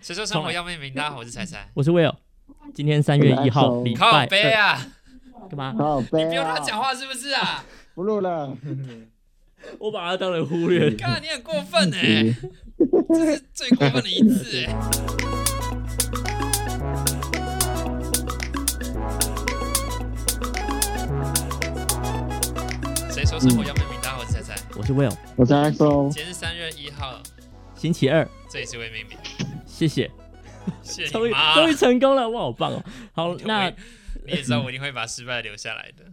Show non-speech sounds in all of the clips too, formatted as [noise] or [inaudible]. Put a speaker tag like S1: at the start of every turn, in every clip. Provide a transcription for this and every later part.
S1: 谁说生活要命名单？我是彩彩，
S2: 我是 Will，今天三月一号，礼
S1: 靠
S2: 拜
S1: 背
S2: 二，
S1: 啊！
S2: 干嘛？
S3: 好
S1: 你
S3: 悲
S1: 不用
S3: 啊
S1: 乱！讲话是不是
S2: [laughs]
S1: 啊？
S3: 不录了，
S2: 我把它当成忽略了。
S1: 哥，你很过分哎、
S2: 嗯
S1: 这是最过分的一次哎、谁说生活要命名单？我是彩彩，
S2: 我是 Will，
S3: 我是 iPhone，
S1: 今天是三月一号，
S2: 星期二，
S1: 这里是未命名，
S2: 谢谢，
S1: 哎谢谢
S2: 终
S1: 你
S2: 于
S1: 妈！
S2: 终于成功了，哇，好棒哦！好，那
S1: 你也知道我一定会把失败留下来的，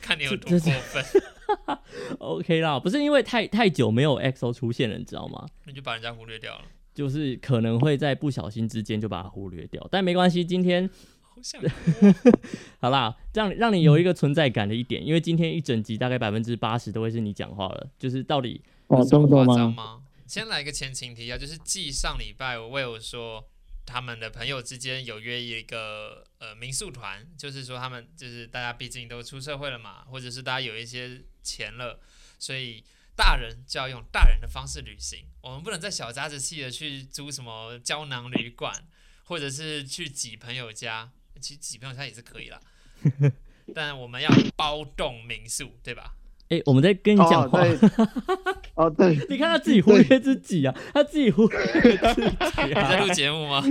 S1: 看你有多
S2: 这这
S1: 过分，
S2: OK 啦，不是因为太太久没有 XO 出现了，你知道吗？
S1: 那就把人家忽略掉了。
S2: 就是可能会在不小心之间就把它忽略掉，但没关系，今天
S1: 好像
S2: 好啦，让让你有一个存在感的一点，因为今天一整集大概百分之八十都会是你讲话了，就是到底
S3: 哦，动作
S1: 夸张
S3: 吗？
S1: 吗？先来一个前情提要，就是继上礼拜我为我说他们的朋友之间有约一个呃民宿团，就是说他们就是大家毕竟都出社会了嘛，或者是大家有一些钱了，所以大人就要用大人的方式旅行，我们不能再小家子气的去租什么胶囊旅馆，或者是去挤朋友家，其实挤朋友家也是可
S3: [laughs]
S1: 以啦，但我们要包栋民宿，对吧？
S2: 哎、我们在跟你讲
S3: 哦，
S2: 话， [laughs]
S3: 对，哦对，
S2: 你看他自己忽略自己啊，他自己忽略自
S1: [laughs]
S2: 己
S1: 你在
S2: 啊，
S1: 录节目
S3: [laughs]
S1: 吗？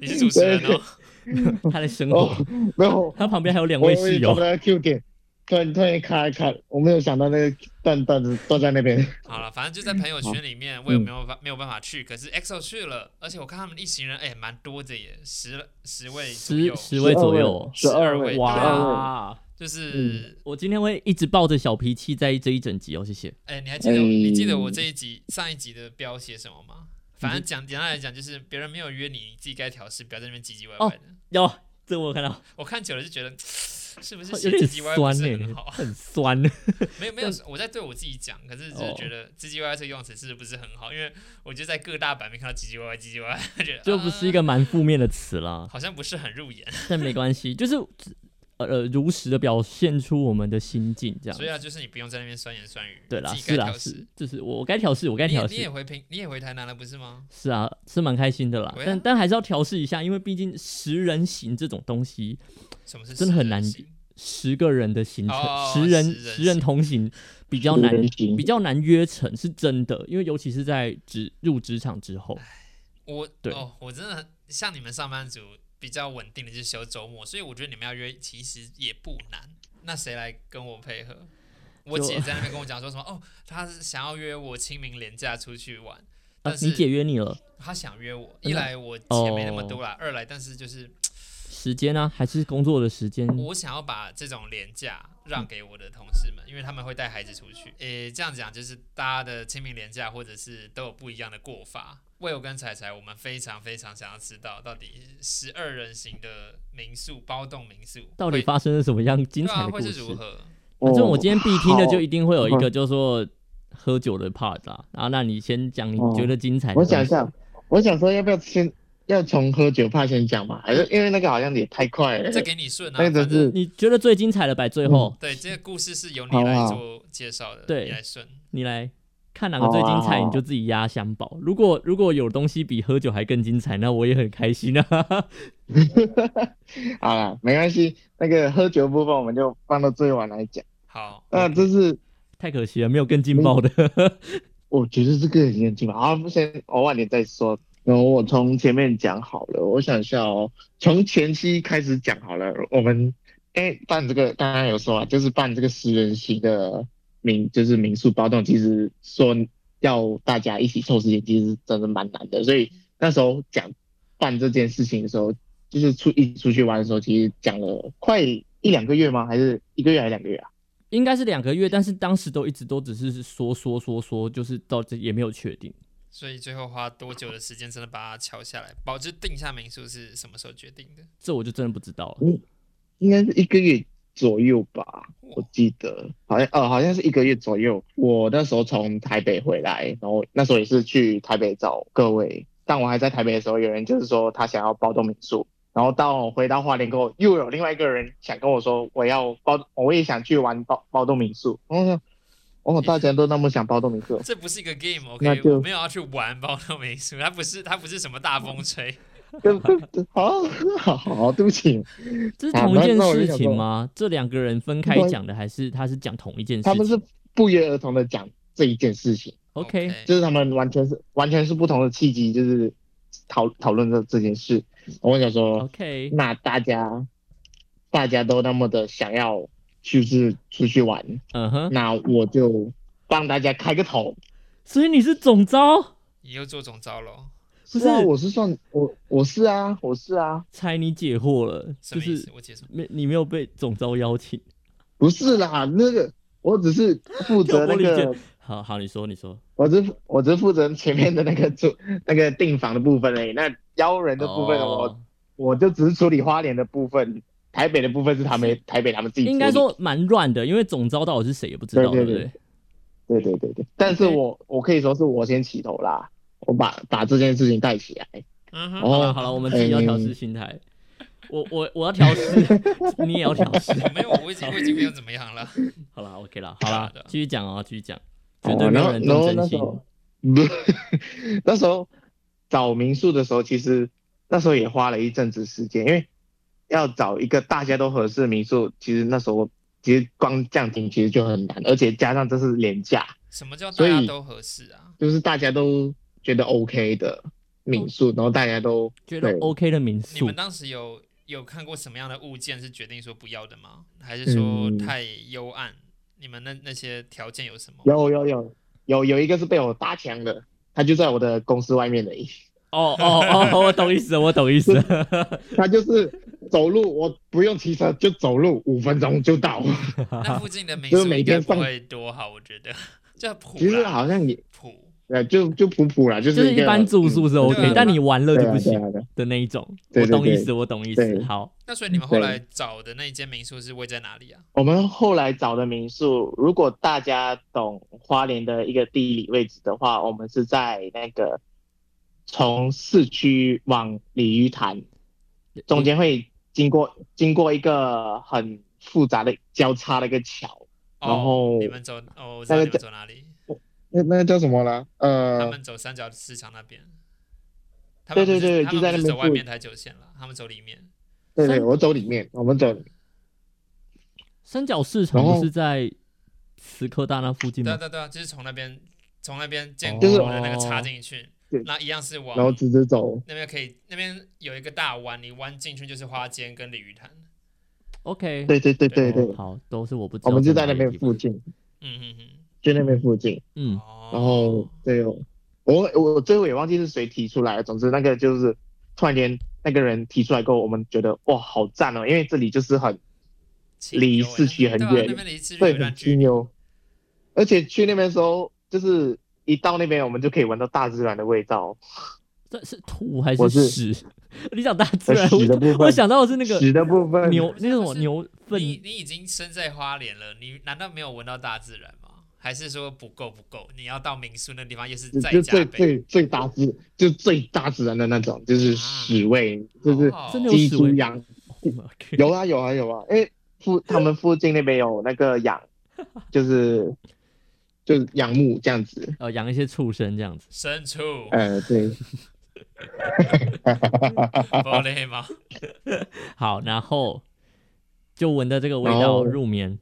S1: 你是主持人哦。
S2: [laughs] 他的生
S3: 哦
S2: 活，，
S3: 没有，
S2: 他旁边还有两
S3: 我
S2: 位
S3: 我
S2: 室
S3: 也找不
S2: 友，
S3: 到 Q 点，突然突然卡一卡，我没有想到那个蛋蛋子坐在那边，
S1: 好了，反正就在朋友圈里面，我也没有办没有办法去，可是 EXO 去了，而且我看他们一行人，哎、蛮多的耶，十十位左
S2: 十
S1: 右，
S2: 十位左右哦，
S3: 十二位，
S1: 位
S3: 十
S1: 对
S3: 二位，
S2: 哇！
S1: 就是，
S2: 我今天会一直抱着小脾气在这一整集哦，谢谢。
S1: 哎、你还记得、
S3: 哎
S1: 你记得我这一集上一集的标写什么吗？反正讲简单来讲，就是别人没有约你，你自己该调试，不要在那边唧唧歪歪的。
S2: 有，这我有看到
S1: 我看久了就觉得，是不是
S2: 有
S1: 写
S2: 点
S1: 唧唧歪歪
S2: 酸
S1: 不是
S2: 呢
S1: 很，好？
S2: 很酸。
S1: [laughs] 没有欸没有，欸我在对我自己讲，可是就是
S2: 哦
S1: 觉得“唧唧歪歪”这个用词是不是很好？因为我就在各大版面看到“唧唧歪歪”、“唧唧歪歪”，觉得
S2: 就不是一
S1: 啊
S2: 个蛮负面的词啦，
S1: 好像不是很入眼。
S2: 但没关系，就是呃呃如实的表现出我们的心境这样
S1: 所。以啊，就是你不用在那边酸言酸语，
S2: 对啦，
S1: 自己
S2: 是
S1: 该
S2: 啦，
S1: 调试。
S2: 是就是我我该调试，我该
S1: 你也
S2: 调
S1: 你也
S2: 试，
S1: 回平，你也回台南了，不是吗？
S2: 是啊，是蛮开心的啦
S1: 对。啊
S2: 但但还是要调试一下，因为毕竟十人行这种东西，
S1: 什么是
S2: 真的很
S1: 十人
S2: 难
S1: 行
S2: 十个人的行程，
S1: 哦
S2: 十人
S1: 十人
S2: 十人同行比较难
S3: 十人行
S2: 比较难约成，是真的，因为尤其是在职入职场之后，
S1: 我
S2: 对
S1: 哦，我真的很像你们上班族比较稳定的就是休周末，所以我觉得你们要约其实也不难。那谁来跟我配合？我
S2: 就
S1: 姐在那边跟我讲说什么 [laughs] 哦，她是想要约我清明连假出去玩，
S2: 啊
S1: 但，是
S2: 你解约你了，
S1: 她想约我，
S2: [laughs] 那哦
S1: 一来我钱没那么多啦，二来但是就是
S2: 时间呢、还是工作的时间，
S1: 我想要把这种廉价
S2: 嗯
S1: 让给我的同事们，因为他们会带孩子出去。诶，这样讲就是大家的清明廉价或者是都有不一样的过法。魏友跟彩彩，我们非常非常想要知道，到底十二人行的民宿包栋民宿
S2: 到底
S1: 会
S2: 发生了什么样精
S1: 对
S2: 彩
S1: 啊
S2: 的故
S1: 会
S2: 事？
S1: 是如何？
S2: 反正我今天必听的就一
S3: 哦
S2: 定会有一个，就是说喝酒的 part 啦。然后那你先讲你
S3: 哦
S2: 觉得精彩的
S3: 好我
S2: 东西。
S3: 想一下，我想说要不要先要从喝酒怕先讲嘛，还是因为那个好像也太快了，
S1: 这给你顺啊，
S3: 那个
S1: 反正
S3: 是
S2: 你觉得最精彩的摆最后，
S1: 对这个故事是由你
S3: 好啊
S1: 来做介绍的，
S2: 对
S1: 你来顺。
S3: 嗯
S2: 你来看哪个最精彩，
S3: 好啊
S2: 你就自己压箱宝。如果如果有东西比喝酒还更精彩，那我也很开心啊。
S3: [laughs] 好啦，没关系，那个喝酒部分我们就放到最晚来讲。
S1: 好，
S3: 那这是
S2: 太可惜了，没有更劲爆的。
S3: 我觉得这个很严重啊，好先偶晚点再说。然后我从前面讲好了，我想一下哦，从前期开始讲好了。我们哎、办这个刚刚有说啊，就是办这个十人行的民，就是民宿包栋，其实说要大家一起凑时间，其实真的蛮难的。所以那时候讲办这件事情的时候，就是出一起出去玩的时候，其实讲了快一两个月吗？还是一个月还是两个月啊？
S2: 应该是两个月，但是当时都一直都只是说说说说，就是到这也没有确定。
S1: 所以最后花多久的时间真的把它敲下来？保就定下民宿是什么时候决定的？
S2: 这我就真的不知道了。
S3: 嗯应该是一个月左右吧，
S1: 哇
S3: 我记得好像呃好像是一个月左右。我那时候从台北回来，然后那时候也是去台北找各位。但我还在台北的时候，有人就是说他想要包栋民宿，然后到我回到花莲过后，又有另外一个人想跟我说我要包，我也想去玩包包栋民宿。然后我想哦，大家都那么想包动民宿，
S1: [laughs] 这不是一个 game，OK，、
S3: 那
S1: OK？
S3: 就
S1: 我没有要去玩暴动民宿，它不是它不是什么大风
S3: [laughs]
S1: 吹，
S3: 对对对，好好好，对不起，
S2: 这是
S3: 啊
S2: 同一
S3: 那
S2: 件
S3: 那我就
S2: 事
S3: 想
S2: 情
S3: 说
S2: 吗？这两个人分开
S3: 对
S2: 讲的，还是他是讲同一件事情？
S3: 他们是不约而同的讲这一件事情，
S2: OK，
S3: 就是他们完全是完全是不同的契机，就是讨讨论这这件事。我想说
S2: OK，
S3: 那大家大家都那么的想要就是出去玩，
S2: 嗯哼，
S3: 那我就帮大家开个头。
S2: 所以你是总招，
S1: 你又做总招喽？
S2: 不
S3: 啊，
S2: 是
S3: 我是算我我是啊，我是啊，
S2: 猜你解惑了，
S1: 什
S2: 就
S1: 么意思
S2: 是？
S1: 我解释。
S2: 没你没有被总招邀请，
S3: 不是啦，那个我只是负
S2: [laughs] 挑
S3: 责
S2: 拨
S3: 那
S2: 离间
S3: 个，
S2: 好好，你说你
S1: 哦
S2: 说，
S3: 我只我只负责前面的那个主那个订房的部分而已，那邀人的部分我、
S2: 哦
S3: 我就只是处理花莲的部分，台北的部分是他们台北他们自己
S2: 哦
S3: 处理
S2: 应该说蛮乱的，因为总招到底是谁也不知道，
S3: 对对
S2: 不
S3: 对？对对对对，但是
S2: OK
S3: 我我可以说是我先起头啦，我把把这件事情带起来。
S1: 嗯哼，
S2: 好
S3: 哦
S2: 了好了，我们自己要调试心态。哎我我我要调
S3: [laughs]
S2: 试，你也要调试。
S1: 我没有，我已经我已经没有怎么样
S3: [laughs]
S1: 了。
S2: 好了，OK 了，好了
S1: 好的，
S2: 继续讲哦，继续讲，
S3: 哦
S2: 绝对没有
S3: 然后
S2: 人
S3: 然后
S2: 动
S3: 那
S2: 真
S3: 时
S2: 心。
S3: 候， [laughs] 不，那时候找民宿的时候，其实那时候也花了一阵子时间，因为要找一个大家都合适的民宿，其实那时候其实光这样听其实就很难，而且加上这是廉价，
S1: 什么叫大
S3: 所
S1: 家
S3: 以
S1: 都合适啊？
S3: 就是大家都觉得 OK 的民宿，然后大家都
S2: 觉得
S3: 对
S2: OK 的民
S1: 你
S2: 宿
S1: 们，当时有有看过什么样的物件是决定说不要的吗？还是说
S3: 嗯
S1: 太幽暗？你们那那些条件有什么？
S3: 有有有有有一个是被我打枪的，他就在我的公司外面的，
S2: 哦哦哦，我懂意思了，我懂意思了。
S3: [laughs] 他就是走路，我不用骑车就走路，五分钟就到。 [laughs]
S1: 那附近的民
S3: 就是
S1: 宿
S3: 每
S1: 应该
S3: 天
S1: 不
S3: 放
S1: 会多好，我觉得 [laughs] 叫普
S3: 其实
S1: 啦
S3: 好像也
S1: 普，
S3: 呃，就就普普啦，就
S2: [laughs] 就是是一
S3: 个嗯
S2: 般住宿是 OK，、
S1: 对啊
S2: 但你玩乐
S3: 对
S2: 就
S3: 啊
S2: 不
S3: 对
S2: 行
S3: 啊对啊
S2: 的那一种。
S3: 对
S2: 我
S3: 对
S2: 懂意
S3: 对
S2: 思，我懂意思。
S3: 对
S2: 好，
S1: 那所以你们后
S3: 对
S1: 来找的那间民宿是位在哪里啊？
S3: 我们后来找的民宿，如果大家懂花莲的一个地理位置的话，我们是在那个从市区往鲤鱼潭，中间会经过经过一个很复杂的交叉的一个桥，然
S1: 哦
S3: 后，
S1: 你们走哦，我知道
S3: 那
S1: 你
S3: 个
S1: 们
S3: 叫
S1: 走哪里，
S3: 那那叫什么啦？
S1: 他
S3: 呃，
S1: 们走三角市场那边。他
S3: 对
S1: 们不
S3: 对
S1: 是
S3: 对
S1: 他
S3: 就
S1: 们
S3: 在
S1: 不
S3: 那
S1: 是
S3: 边
S1: 走外
S3: 附
S1: 面台九线了，他们走里面。
S3: 对对，
S2: 三
S3: 我走里面，我们走
S2: 三角市场
S3: 然后
S2: 不是在慈科大那附近
S1: 对啊
S2: 吗？
S1: 对啊对啊，就是从那边从那边建
S2: 哦
S1: 国的那个插
S2: 哦
S1: 进去
S3: 对，
S1: 那一样是往
S3: 然后直直走，
S1: 那边可以，那边有一个大湾，你弯进去就是花间跟鲤鱼潭。
S2: OK，
S3: 对对对对
S2: 哦
S3: 对，
S2: 好，都是我不知道。
S3: 我们就在那
S1: 哦
S3: 边附，近，
S1: 嗯嗯嗯。
S3: 就那边附近。
S2: 嗯，
S1: 哦。
S3: 然后对哦，我我最后也忘记是谁提出来的，总之那个就是突然间那个人提出来过后，我们觉得哇好赞哦，因为这里就是很
S1: 清
S3: 离
S1: 幽欸
S3: 市
S1: 那
S3: 区
S1: 边
S3: 很
S1: 对啊
S3: 远
S1: 那边离市区有
S3: 对
S1: 一段
S3: 很
S1: 距
S3: 清
S1: 离。
S3: 幽，而且去那边的时候就是一到那边我们就可以闻到大自然的味道，
S2: 这是土还
S3: 我
S2: 是
S3: 是呃
S2: 屎？ [laughs] 你讲大自然，
S3: 屎的部分
S2: 我我想到的是那个
S3: 屎的部分
S2: 牛，
S1: 不是
S2: 那种
S1: 不是
S2: 牛粪
S1: 你你已经身在花莲了，你难道没有闻到大自然吗？还是说不够不够？你要到民宿那地方又是
S3: 就
S1: 再
S3: 就
S1: 加
S3: 最
S1: 倍，啊
S3: 最最大自就最大自然的那种，就是屎味，就是
S1: 好好
S2: 真的有
S3: 鸡
S2: 屎
S3: 猪
S2: 味。
S3: 羊
S2: Oh my God
S3: 有啊有啊有啊，因为附他们附近那边有那个
S2: [laughs]
S3: 养，就是就是养牧这样子。
S2: 呃，养一些畜生这样子。
S1: 深
S3: [laughs]
S1: 处
S3: 呃，
S1: [laughs]
S3: 对，
S1: 不累
S3: [laughs]
S1: 吗？
S2: 好，然后就闻到这个味
S3: 然
S2: 道
S3: 后
S2: 入眠，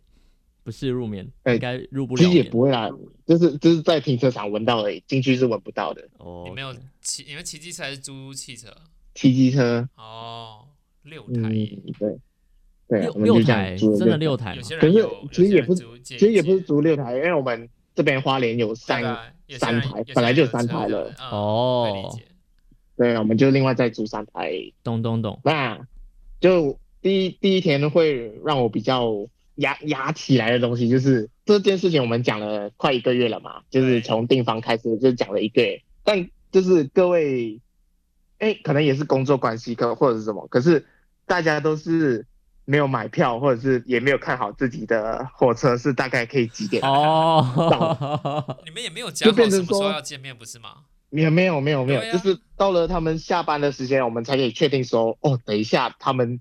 S2: 不是入眠，
S3: 哎
S2: 应该入不
S3: 其
S2: 了
S3: 实也
S2: 眠。
S3: 不会啦，就是就是在停车场闻到而已，进去是闻不到的。
S2: 哦
S1: 你没有骑，你们骑机车还是租汽车？
S3: 骑机车，
S1: 哦，六台
S3: 嗯
S1: 耶，，
S3: 对，对啊，
S2: 六
S3: 我们就
S2: 六
S3: 这
S2: 台，
S3: 样租了
S2: 真的
S3: 六
S2: 六台
S1: 有
S2: 吗？
S1: 些
S3: 可
S1: 人
S3: 是
S1: 有，有
S3: 其实
S1: 些
S3: 也
S1: 人
S3: 不
S1: 租借
S3: 台，其实也
S1: 借
S3: 不是租六台，因为我们这边花莲有
S1: 对
S3: 三，
S1: 啊有些
S3: 三
S1: 人
S3: 台
S1: 有些
S3: 本来
S1: 人
S3: 就
S1: 有
S3: 有三
S1: 车的
S3: 台了
S1: 人，嗯
S2: 哦
S1: 可以理解
S3: 对，我们就另外再租三台。
S2: 懂懂
S1: [laughs]
S2: 懂，
S3: 那就第一第一天会让我比较压压起来的东西，就是这件事情我们讲了快一个月了嘛，就是从订房开始就讲了一个月，但就是各位，哎、可能也是工作关系，可或者是什么，可是大家都是。没有买票，或者是也没有看好自己的火车是大概可以几点？啊
S2: [laughs] 哦，
S1: 你们也没有讲好
S3: 变
S1: 什
S3: 成
S1: 么时候
S3: 说
S1: 要见面，不是吗？
S3: 没有没有没有没有，
S1: 对啊
S3: 就是到了他们下班的时间，我们才可以确定说，哦，等一下他们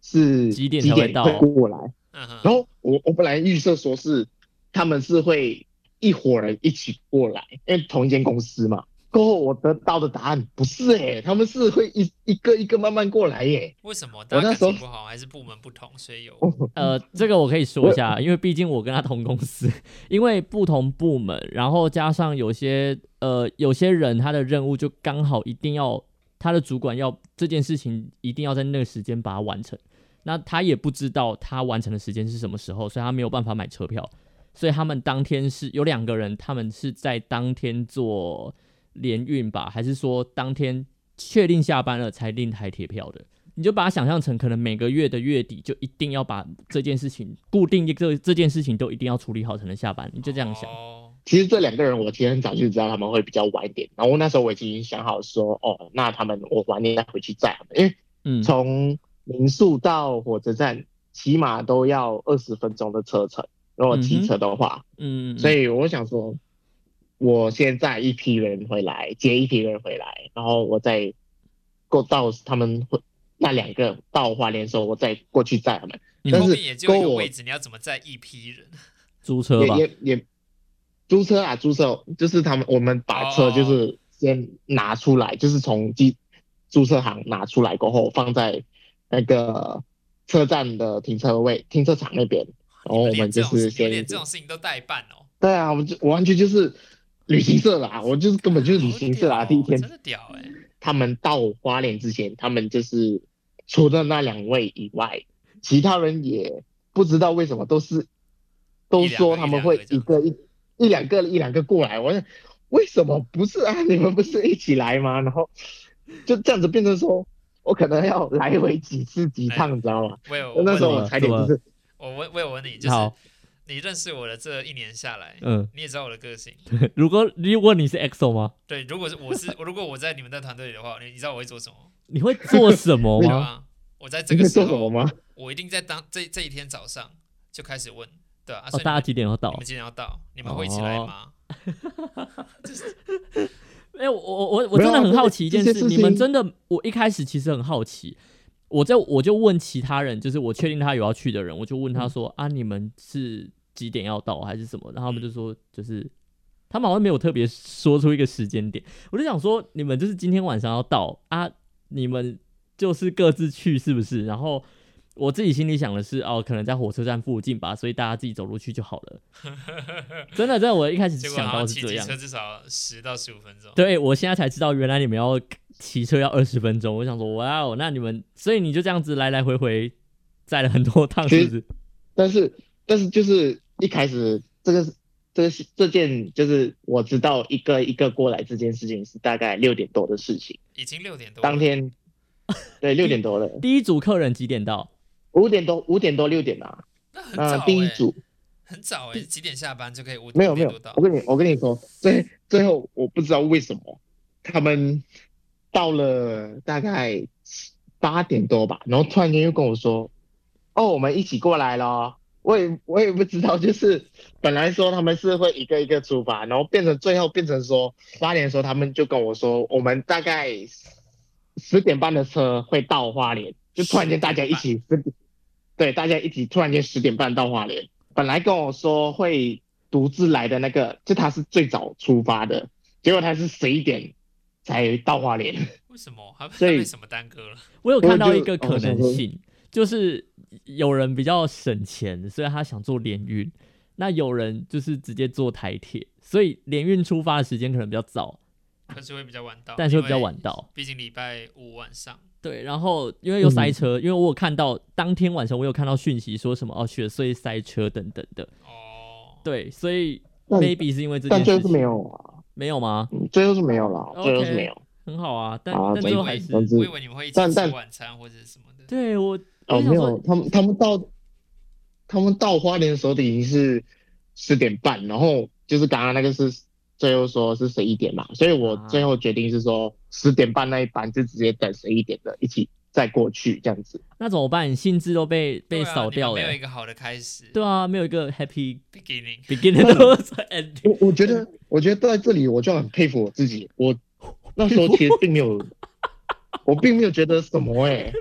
S3: 是
S2: 几点才
S3: 几
S2: 会
S3: 点
S2: 到
S3: 会过来。
S1: 嗯哼，
S3: 然后我我本来预设说是他们是会一伙人一起过来，因为同一间公司嘛。过后我得到的答案不是哎、他们是会一一个一个慢慢过来耶、
S1: 为什么大
S3: 我
S1: 家
S3: 那
S1: 感
S3: 时候哦
S1: 情不好，还是部门不同，所以有
S2: 呃，这个我可以说一下，因为毕竟我跟他同公司，因为不同部门，然后加上有些呃有些人他的任务就刚好一定要他的主管要这件事情一定要在那个时间把它完成，那他也不知道他完成的时间是什么时候，所以他没有办法买车票，所以他们当天是有两个人，他们是在当天做联运吧，还是说当天确定下班了才另台铁票的？你就把它想象成可能每个月的月底就一定要把这件事情固定一个这件事情都一定要处理好才能下班，你就这样想。
S1: 哦，
S3: 其实这两个人，我其实很早就知道他们会比较晚一点，然后那时候我已经想好说，哦，那他们我晚点再回去载他们，因为
S2: 嗯，
S3: 从民宿到火车站起码都要二十分钟的车程，如果
S2: 嗯哼
S3: 骑车的话，
S2: 嗯，嗯
S3: 所以我想说，我现在一批人回来接一批人回来，然后我再过到他们会那两个到花莲的时候，我再过去载他们，
S2: 嗯
S3: 但
S1: 后
S3: 是
S1: 面也只有一
S3: 跟
S1: 个
S3: 我
S1: 位置，你要怎么载一批人？
S2: 租车吧，
S3: 也也也租车啊，租车就是他们我们把
S1: 哦
S3: 车
S1: 哦
S3: 就是先拿出来，就是从机租车行拿出来过后，放在那个车站的停车位停车场那边。然哦后我
S1: 你连
S3: 们
S1: 这
S3: 就
S1: 种
S3: 是
S1: 你
S3: 先
S1: 连这种事情都代办哦，
S3: 对啊，我们就我完全就是旅行社啦，我就是根本就是旅行社啦。
S1: 好屌哦
S3: 第一天
S1: 真的屌哎、
S3: 他们到花莲之前，他们就是除了那两位以外，其他人也不知道为什么都是都说他们会
S1: 一
S3: 一个一一两个一两个过来。我想为什么不是啊？ [laughs] 你们不是一起来吗？然后就这样子变成说。我可能要来回几次几趟，你知道吗？
S1: 我有哎我
S3: 那时候
S1: 问
S3: 我
S1: 你，
S3: 差点就是，
S1: 我问我有问你，就是
S2: 好
S1: 你认识我的这一年下来，
S2: 嗯，
S1: 你也知道我的个性。
S2: 如果如果你是 EXO 吗？
S1: 对，如果是我是如果我在你们的团队里的话，你你知道我会做什么？
S2: 你会做什么
S1: 对
S2: 吗？
S1: 吧？我在这
S3: 你
S1: 个
S3: 会
S1: 时
S3: 做什么
S1: 候，
S3: 吗？
S1: 我一定在当这这一天早上就开始问，对啊，啊
S2: 哦，
S1: 所以你
S2: 大家哦
S1: 们
S2: 几点要到
S1: 你们？今天要到，你们会一起来吗？
S2: 哎、我我我我真的很好奇一件
S3: 没
S2: 事，
S3: 有啊这
S2: 你
S3: 这些事情
S2: 们真的，我一开始其实很好奇，我在我就问其他人，就是我确定他有要去的人，我就问他
S1: 嗯
S2: 说、啊，你们是几点要到还是什么？然后他们就
S1: 嗯
S2: 说就是。他们好像没有特别说出一个时间点，我就想说，你们就是今天晚上要到啊，你们就是各自去是不是？然后我自己心里想的是，哦，可能在火车站附近吧，所以大家自己走路去就好
S1: [laughs]
S2: 了。真的，真的，我一开始
S1: 结果
S2: 想
S1: 好
S2: 到
S1: 像
S2: 是
S1: 骑
S2: 这
S1: 机
S2: 样
S1: 车。至少十到十五分钟。
S2: 对，我现在才知道，原来你们要骑车要二十分钟。我想说，哇哦，那你们，所以你就这样子来来回回载了很多趟，
S3: 其
S2: 是
S3: 实
S2: 不是？
S3: 但是但是就是一开始这个这个这件就是我知道一个一个过来这件事情是大概六点多的事情，
S1: 已经六点多了，[laughs]
S3: 当天对六点多了，
S2: 第一组客人几点到？
S3: 五点多五点多六点啊，
S1: 那很
S3: 啊、
S1: 早、欸
S3: 第一组
S1: 很早哎、几点下班就可以五
S3: 没有
S1: 五
S3: 没
S1: 点
S3: 有
S1: 多到，
S3: 我跟你我跟你说，最最后我不知道为什么他们到了大概八点多吧，然后突然间又跟我说，哦，我们一起过来咯。我也我也不知道， [laughs] 就是本来说他们是会一个一个出发，然后变成最后变成说八点的时候，他们就跟我说，我们大概十点半的车会到花莲，就突然间大家一起十点，对，大家一起突然间十点半到花莲。本来跟我说会独自来的那个，就他是最早出发的，结果他是十一点才到花莲。
S1: 为什么？还还
S3: 所以
S1: 为什么耽搁了？
S2: 我有
S3: 我
S2: 看到
S3: 就哦
S2: 一个可
S3: 我想
S2: 能
S3: 说
S2: 性， [laughs] 就是有人比较省钱，所以他想做联运；那有人就是直接坐台铁，所以联运出发的时间可能比较早，
S1: 可是会比较晚到，
S2: 但是会比较晚，到。
S1: 毕竟礼拜五晚上。
S2: 对，然后因为又
S3: 嗯
S2: 塞车，因为我有看到当天晚上我有看到讯息说什么哦雪隧塞车等等的，
S1: 哦，
S2: 对，所以
S3: 但
S2: maybe 是因为这件
S3: [laughs] 但
S2: 事情
S3: 最后是没有啊，
S2: 没有吗？
S3: 嗯最后是没有啦，
S2: OK
S3: 最后是没有。
S2: 很好啊，但、
S3: 啊
S2: 但
S1: 我
S2: 最
S1: 以
S2: 后还
S1: 为
S2: 是
S3: 但是
S1: 我以为你们会一起
S3: 但
S1: 吃
S3: 但
S1: 晚餐或者什么的。
S2: 对我
S3: 哦，
S2: 我想
S3: 没
S2: 说
S3: 有，他们他们到他们到花莲的时候已经是十点半，然后就是刚刚那个是最后说是十一点嘛，所以我
S2: 啊
S3: 最后决定是说十点半那一班就直接等十一点的一起再过去这样子。
S2: 那怎么办？兴致都被
S1: 对
S2: 被
S1: 啊
S2: 扫掉
S1: 你们没
S2: 了
S1: 有
S2: 欸、
S1: 一个好的开始。
S2: 对啊，没有一个
S3: [laughs]
S2: happy [laughs]
S1: ，beginning，
S2: beginning 都是 ending。
S3: 我我觉
S2: 嗯
S3: 得，我觉得在这里我就很佩服我自己，我那时候其实并
S2: [laughs]
S3: 没有，我并没有觉得什么哎、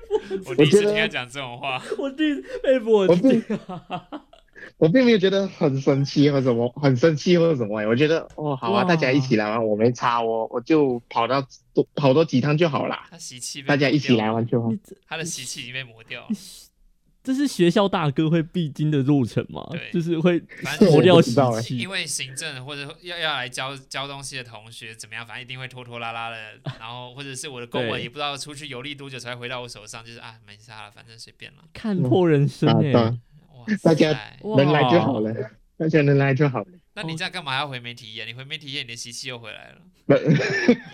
S1: 我第一次
S3: 觉得
S1: 听他讲这种话，
S2: 我第一次佩服我
S3: 我
S2: 自己，
S3: 我并没有觉得很生气或什么，很生气或者什么欸。我觉得哦，好
S2: 哇
S3: 啊，大家一起来玩，我没差，我我就跑到多跑多几趟就好啦。
S1: 他习气被
S3: 大家一起
S1: 磨掉
S3: 来
S1: 了，
S3: 玩就
S2: [laughs]
S3: 好
S2: 你。
S1: 他的习气已经被磨掉了。
S2: 这是学校大哥会必经的路程吗？
S1: 对
S2: 就是会
S1: 反正
S2: 磨掉
S3: 我
S2: 习
S3: 知道欸
S2: 气
S1: 因。为行政或者要要来教教东西的同学怎么样，反正一定会拖拖拉拉
S2: [laughs]
S1: 的，然后或者是我的公文
S2: 对
S1: 也不知道出去游历多久才会回到我手上，就是啊没啥了，反正随便了。
S2: 看破人生
S3: 啊，
S2: 哎、
S3: 对啊，
S1: 哇
S3: 大家
S1: 塞
S2: 哇
S3: 能来就好了，大家能来就好了。
S1: 那你这样干嘛还要回媒体业？你回媒体业，你的习气又回来了，
S3: 不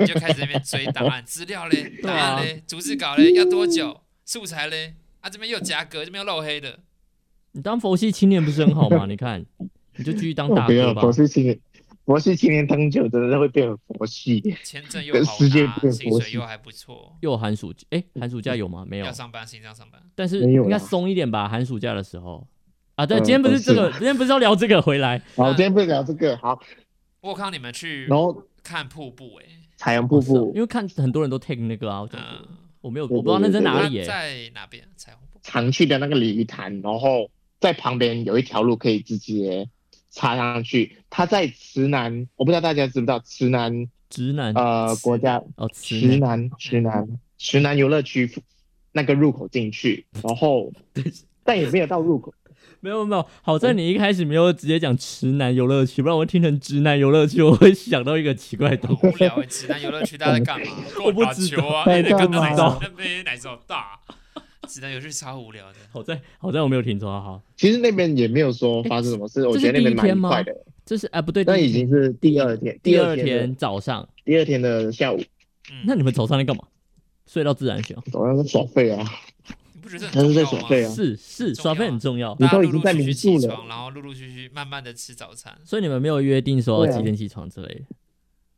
S1: 你就开始在那边追档案资料
S2: [laughs]
S1: 嘞，
S2: 对
S1: 档
S2: 啊
S1: 案嘞，逐字稿嘞，要多久？素材嘞？啊，这边又有夹格，这边又漏黑的，
S2: 你当佛系青年不是很好吗？你看，你就继续当
S3: [laughs]
S2: 大
S3: 不要
S2: 哥吧。
S3: 佛系青年，佛系青年当久真的会变成佛系。
S1: 签证又
S3: 跟
S1: 好
S3: 世界
S1: 拿，
S3: 变
S1: 薪
S3: 佛
S1: 水
S3: 系
S1: 又还不错，
S2: 又有寒暑假，哎、寒暑假有吗？没有
S1: 要，上班，新疆上班。
S2: 但是
S3: 没有
S2: 应该
S3: 啦
S2: 松一点吧。寒暑假的时候啊，对，
S3: 嗯
S2: 今天不是
S3: 不是
S2: 这个，今天不是要聊这个回
S3: [laughs]
S2: 来。
S3: 好，今天不聊这个，好，
S1: 我有看到你们去
S3: 然后
S1: 看瀑布、欸，
S3: 彩阳瀑
S2: 嗯是啊因
S3: 布、
S2: 为看很多人都 take 那个啊，我讲过
S1: 嗯，
S2: 我没有，
S3: 对
S2: 我不知道那在哪里
S1: 它
S2: 欸耶、
S3: 呃
S1: 在哪边？彩虹瀑布。
S3: 常去的那个鲤鱼潭，然后在旁边有一条路可以直接插上去。它在池南，我不知道大家知不知道池南
S2: 直男
S3: 呃
S2: 直
S3: 国家
S2: 哦，直
S3: 池
S2: 男
S3: 南池南池南游乐区附那个入口进去，
S2: [laughs]
S3: 然后但也没有到入口，
S2: 没有没有，好
S3: 嗯
S2: 在你一开始没有直接讲直男游乐区，不然我听成直男游乐区，我会想到一个奇怪的
S1: 好
S2: 东西。
S1: 无
S2: [laughs]
S1: 聊欸！直男游乐区大家在干嘛？
S2: 我不
S1: 打
S2: 知
S1: 球啊，
S3: 道
S1: 哎，那个
S3: 在干嘛
S1: 奶茶那杯奶茶大，直男游乐区超无聊的。
S2: 好在好在我没有听错，好好，
S3: 其实那边也没有说
S2: 哎
S3: 发生什么事，我觉得那边蛮愉快的。
S2: 这是啊不对，
S3: 那
S2: 第一
S3: 已经是第二天，
S2: 第
S3: 二
S2: 二
S3: 天的
S2: 天早上，
S3: 第二天的下午，
S1: 嗯，
S2: 那你们早上在干嘛？睡到自然醒哦，
S3: 早上是耍废啊，
S1: 你不觉得
S3: 他
S1: 很重
S3: 是在
S1: 要
S3: 耍
S1: 吗？
S3: 废啊，
S2: 是是，
S1: 重要
S2: 耍费很重要，
S1: 大家
S3: 你都
S1: 陆
S3: 已经
S1: 陆
S3: 在
S1: 续续
S3: 民宿
S1: 起
S3: 了
S1: 床，然后陆陆续续慢慢的吃早餐。
S2: 所以你们没有约定说
S3: 对啊
S2: 几点起床之类的。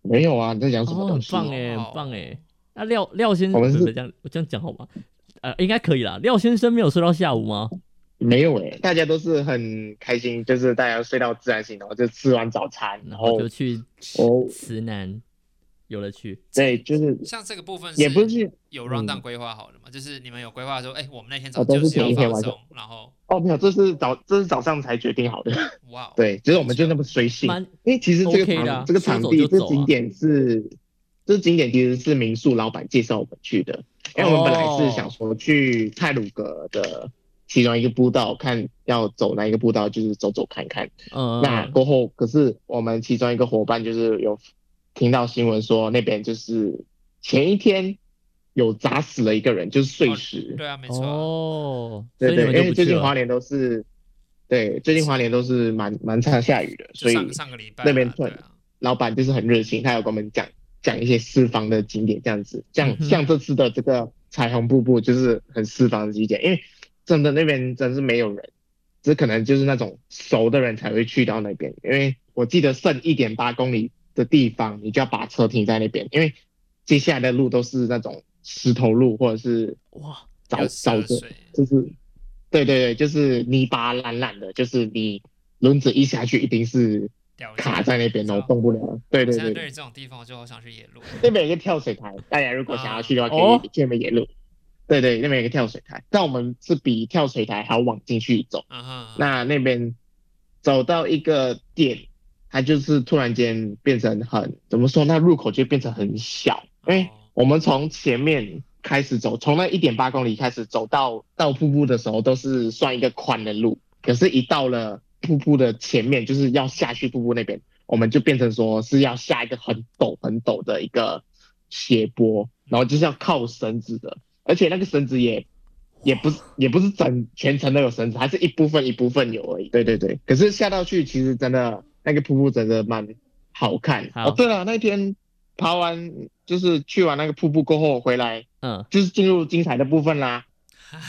S3: 没有啊，你在讲什么
S2: 哦，很
S3: 东西？
S2: 棒哎，很棒哎。那廖廖先
S3: 我们
S2: 生，
S3: 是
S2: 不是这样，我这样讲好吗？呃，应该可以啦。廖先生没有睡到下午吗？
S3: 哦没有诶、大家都是很开心，就是大家睡到自然醒，然后就吃完早餐，
S2: 然
S3: 然
S2: 后
S3: 后
S2: 就去
S3: 哦
S2: 慈南游乐区。
S3: 对，就是
S1: 像这个部分
S3: 也不是
S1: 有
S3: 嗯
S1: round down 规划好的嘛？就是你们有规划说，哎，我们那天早
S3: 哦都
S1: 上就
S3: 是
S1: 是要
S3: 前一天
S1: 放
S3: 晚上
S1: 松，然
S3: [laughs]
S1: 后
S3: 哦，没有，这是早这是早上才决定好的。 [laughs]
S1: 哇哦，
S3: 对，只是我们就那么随性
S2: 蛮，
S3: 因为其实这个
S2: OK
S3: 场、
S2: 的啊
S3: 这个场地、
S2: 说走就
S3: 这
S2: 走啊
S3: 个景点是这个景点其实是民宿老板介绍我们去的，因为我们本来是
S2: 哦
S3: 想说去泰鲁格的其中一个步道，看要走哪一个步道，就是走走看看。
S2: 嗯，
S3: 那过后，可是我们其中一个伙伴就是有听到新闻说那边就是前一天有砸死了一个人，就是碎石。
S1: 对啊，没错啊。
S2: 哦，所以
S3: 对
S2: 你
S3: 对，
S2: 们
S3: 因
S2: 就
S3: 为
S2: 不
S3: 最
S2: 去
S3: 近华
S2: 了。
S3: 联都是，对，最近华联都是蛮蛮常下雨的，
S1: 就
S3: 所以
S1: 上上个礼拜
S3: 那边
S1: 啊对
S3: 退
S1: 啊，
S3: 老板就是很热心，他有跟我们讲讲一些私房的景点这样子，像、
S2: 嗯哼
S3: 像这次的这个彩虹瀑布就是很私房的景点，因为真的那边真是没有人，只可能就是那种熟的人才会去到那边，因为我记得剩一点八公里的地方，你就要把车停在那边，因为接下来的路都是那种石头路或者是
S2: 哇，
S3: 沼
S1: 要涉
S3: 沼泽，
S1: 水，
S3: 就是对对对，就是泥巴烂烂的，就是你轮子一下去一定是。
S1: 掉进
S3: 卡在那边，然后动不了。对对
S1: 现在
S3: 对，
S1: 哦对于这种地方，我就好想去野路。
S3: 那边有一个跳水台，大家如果想要去的话，可
S2: 哦
S3: 以去那边野路。对对，那边有一个跳水台，但我们是比跳水台还要往进去走。
S1: 嗯哼，
S3: 那那边走到一个点，它就是突然间变成很怎么说？那入口就变成很小，因为
S1: 哦
S3: 我们从前面开始走，从那一点八公里开始走到到瀑布的时候，都是算一个宽的路。可是，一到了瀑布的前面，就是要下去瀑布那边，我们就变成说是要下一个很陡很陡的一个斜坡，然后就是要靠绳子的，而且那个绳子也也不是也不是整全程都有绳子，还是一部分一部分有而已。对对对，可是下到去其实真的那个瀑布真的蛮好看。
S2: 好
S3: 哦，对了，那天爬完就是去完那个瀑布过后回来，
S2: 嗯
S3: 就是进入精彩的部分啦。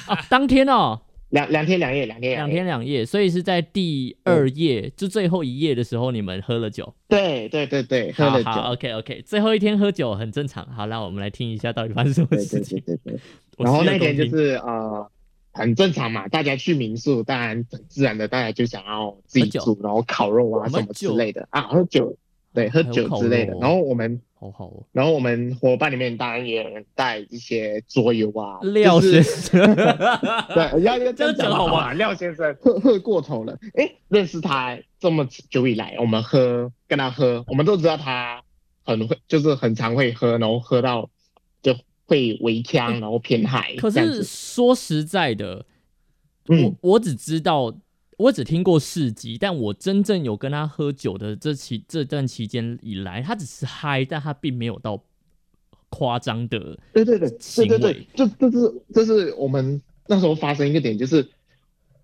S2: 啊，当天哦，
S3: 两两天两夜， [laughs] 两天
S2: 两
S3: 夜。
S2: 天两夜，所以是在第二夜，就最后一夜的时候，你们喝了酒。
S3: 对对对对，喝了
S2: 好好
S3: 酒。
S2: ，OK OK，最后一天喝酒很正常。好，那我们来听一下到底发生什么
S3: 对对
S2: 事
S3: 对
S2: 情。
S3: 对对。
S2: 我
S3: 然后
S2: 洗耳
S3: 那天就
S2: 恭听
S3: 是呃，很正常嘛，大家去民宿，当然很自然的，大家就想要自己
S2: 喝酒
S3: 煮，然后烤肉啊
S2: 我们
S3: 什么之
S2: 酒
S3: 类的啊，喝酒。对，喝
S2: 还有
S3: 酒
S2: 烤
S3: 之类的。
S2: 肉哦
S3: 然后我们，
S2: 好好哦，
S3: 然后我们伙伴里面当然也有人带一些桌游啊，
S2: 廖
S3: 就是
S2: 先 [laughs] 生，
S3: 对，要
S2: [laughs]
S3: 要
S2: 这样讲好吗
S3: 吧？廖先生喝喝过头了。哎，认识他这么久以来，我们喝跟他喝，我们都知道他很会，就是很常会喝，然后喝到就会围枪，然后偏海。
S2: 可
S3: 这样
S2: 是
S3: 子
S2: 说实在的，
S3: 嗯，
S2: 我我只知道，我只听过事迹，但我真正有跟他喝酒的这期这段期间以来，他只是嗨，但他并没有到夸张的。
S3: 对对对对
S2: 行
S3: 对
S2: 为
S3: 对，这这是这是我们那时候发生一个点，就是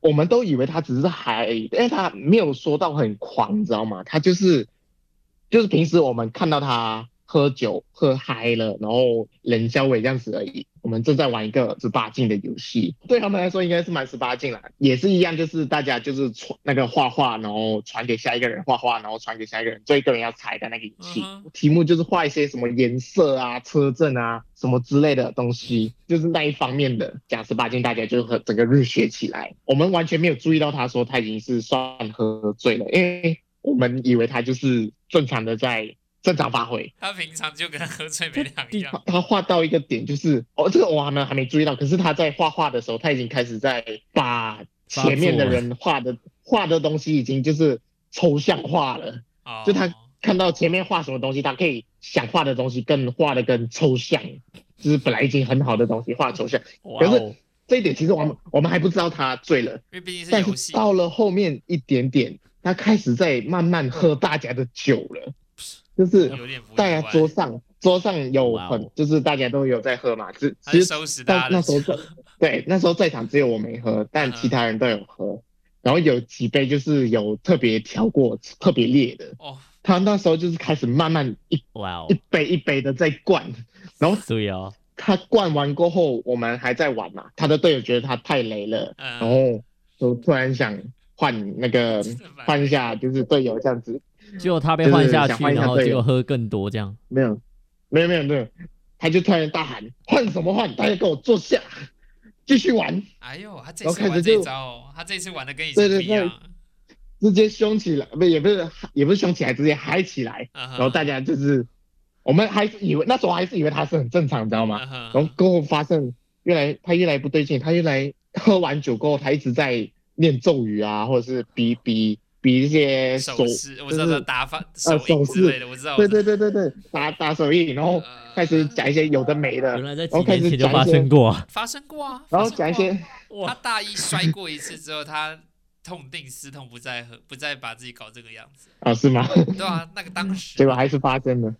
S3: 我们都以为他只是嗨而已，因为他没有说到很狂，你知道吗？他就是就是平时我们看到他喝酒喝嗨了，然后冷笑尾这样子而已。我们正在玩一个十八禁的游戏，对他们来说应该是蛮十八禁啦，也是一样，就是大家就是传那个画画，然后传给下一个人画画，然后传给下一个人，最后一个人要猜的那个游戏。
S1: 嗯哼
S3: 题目就是画一些什么颜色啊、车阵啊什么之类的东西，就是那一方面的。假十八禁，大家就和整个热血起来。我们完全没有注意到他说他已经是算喝醉了，因为我们以为他就是正常的在正常发挥。
S1: 他平常就跟喝醉没两
S2: 地
S1: 样。
S3: 他画到一个点，就是哦，这个我还没还没注意到，可是他在画画的时候，他已经开始在把前面的人画的画的东西已经就是抽象化了。
S1: 哦，
S3: 就他看到前面画什么东西，他可以想画的东西更画的更抽象，就是本来已经很好的东西画抽象。
S2: 哇
S3: 可
S2: 哦
S3: 是，这一点其实我们我们还不知道他醉了，
S1: 因为毕竟是
S3: 但
S1: 游戏
S3: 是，到了后面一点点，他开始在慢慢喝大家的酒了，就是
S1: 有点不意
S3: 大家
S1: 外
S3: 桌上桌上有
S2: 哇哦
S3: 很就是大家都有在喝嘛，只
S1: 他
S3: 其
S1: 是
S3: 实
S1: 收拾大家
S3: 但
S1: 的
S3: 那时候
S1: 酒嗯
S3: 在，对那时候在场只有我没喝，但其他人都有喝。然后有几杯就是有特别调过、特别烈的，
S1: 哦，
S3: 他那时候就是开始慢慢一
S2: 哇哦
S3: 一，杯一杯的在灌，然后
S2: 对啊，
S3: 他灌完过后，我们还在玩嘛，他的队友觉得他太雷了，
S1: 嗯
S3: 然后就突然想换那个
S1: 真的蛮
S3: 换一下，就是队友这样子，
S2: 结果他被换下
S3: 就是
S2: 去，
S3: 想换一下
S2: 然后
S3: 队
S2: 结
S3: 友
S2: 果喝更多这样。
S3: 没有，没有没有没有，他就突然大喊换什么换，大家给我坐下，继续玩，
S1: 哎呦，他这
S3: 然后
S1: 次
S3: 开
S1: 玩
S3: 始
S1: 这一
S3: 就
S1: 招哦，他这次玩的跟以前
S3: 对
S1: 不
S3: 对
S1: 一
S3: 对
S1: 样。
S3: 直接凶起来，不也不是也不是凶起来，直接嗨起来，
S1: 然
S3: 然后大家就是我们还是以为那时候还是以为他是很正常，你知道吗？
S1: 然
S3: 然后过后发现越来他越来不对劲，他越来喝完酒过后，他一直在念咒语啊，或者是比比比一些手
S1: 手，势，我知道
S3: 就
S1: 他
S3: 是
S1: 打法手
S3: 啊手
S1: 印之
S3: 势
S1: 类的，我知道。
S3: 对对对对对，打打手印，然后
S1: 呃
S3: 开始讲一些有的没的
S2: 原，来在几
S3: 然后开
S2: 年
S3: 始
S2: 前就
S3: 讲一
S2: 发
S3: 些
S2: 生过啊！
S1: 发生过啊。发
S3: 然后
S1: 生
S3: 讲一
S1: 过啊
S3: 些
S1: 他
S2: 哇，
S1: 大一摔过一次之后，他痛定思痛，不再和不再把自己搞这个样子。
S3: 啊是吗？
S1: 对啊，那个当时
S3: 结果还是发生了，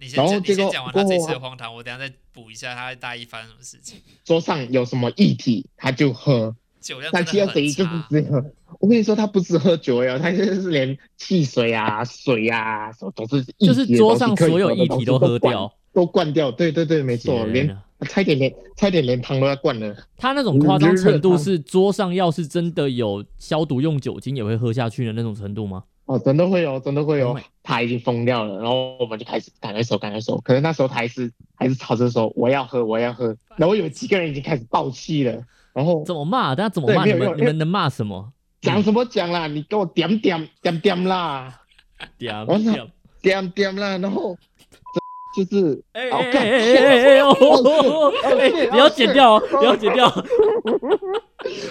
S1: 你先
S3: 然后
S1: 讲你
S3: 结
S1: 先
S3: 果
S1: 讲完
S3: 过
S1: 他这
S3: 后
S1: 次的
S3: 啊
S1: 荒唐，我等一下再补一下他大一发生什么事情。
S3: 桌上有什么液体他就喝，
S1: 酒量
S3: 三
S1: 真
S3: 七二
S1: 的
S3: 十
S1: 很
S3: 一就是
S1: 差，
S3: 只喝。我跟你说，他不止喝酒呀，他就是连汽水啊、水啊，什么都是液体
S2: 就
S3: 的
S2: 是桌上
S3: 东西
S2: 所有液体都喝，
S3: 可以灌
S2: 掉，
S3: 都灌掉。对对对，没错，
S2: 天啊
S3: 连
S2: 哪
S3: 啊差一点连差一点连汤都要灌了。
S2: 他那种夸张程度
S3: 你就是
S2: 桌上要是真的有消毒用酒精也会喝下去的那种程度吗？
S3: 哦，真的会有，真的会有
S2: Oh my-，
S3: 他已经疯掉了，然后我们就开始赶快收，赶快收。可是那时候他还是还是吵着说我要喝，我要喝。然后有几个人已经开始爆气了，然后
S2: 怎么骂？大家怎么
S3: 对
S2: 骂？
S3: 没
S2: 你
S3: 有没
S2: 们
S3: 有
S2: 你
S3: 因为
S2: 们能骂什么？
S3: 讲什么讲啦，你给我点点点点啦，
S2: 屌
S3: 我操点点啦，然后就是
S2: 哎
S3: 哦
S2: 哎哎
S3: 干
S2: 哎哎哎！哦哦哦
S3: 哦
S2: 哎
S3: 是，
S2: 不要
S3: 哦
S2: 剪
S3: 是
S2: 掉哦，不要剪掉哦。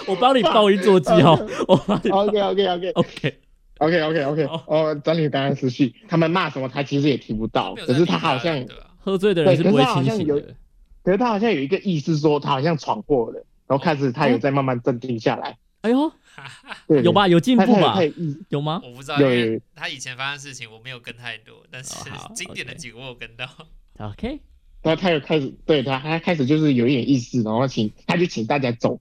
S2: 我帮你报音座机哦，我帮你。
S3: OK OK OK
S2: OK，
S3: OK OK OK，
S2: 好
S3: 哦，整理刚刚思绪，他们骂什么他其实也听不到，
S1: 没有
S3: 可
S1: 在
S3: 是
S1: 理
S3: 他好
S1: 了
S3: 像，
S1: 对吧？
S2: 喝醉的人是不会
S3: 对可是他好
S2: 清
S3: 像
S2: 醒
S3: 有
S2: 的。
S3: 可是他好像有一个意思说他好像闯祸了，然后开始他有在慢慢镇定下来，
S2: 哎呦，
S3: 对，
S2: 有？吧？有进
S3: 他
S2: 步
S3: 哦他有
S2: 吧
S3: 他？有意
S2: 有吗？
S1: [laughs] 我不知道，因
S3: 有
S1: 为
S3: 有
S1: 他以前发生事情我没有跟太多，但是
S2: 哦好
S1: 经典的
S2: OK
S1: 几个我有跟到。 [laughs]
S2: OK，
S3: 他他有开始对他他开始就是有一点意思，然后请他就请大家走，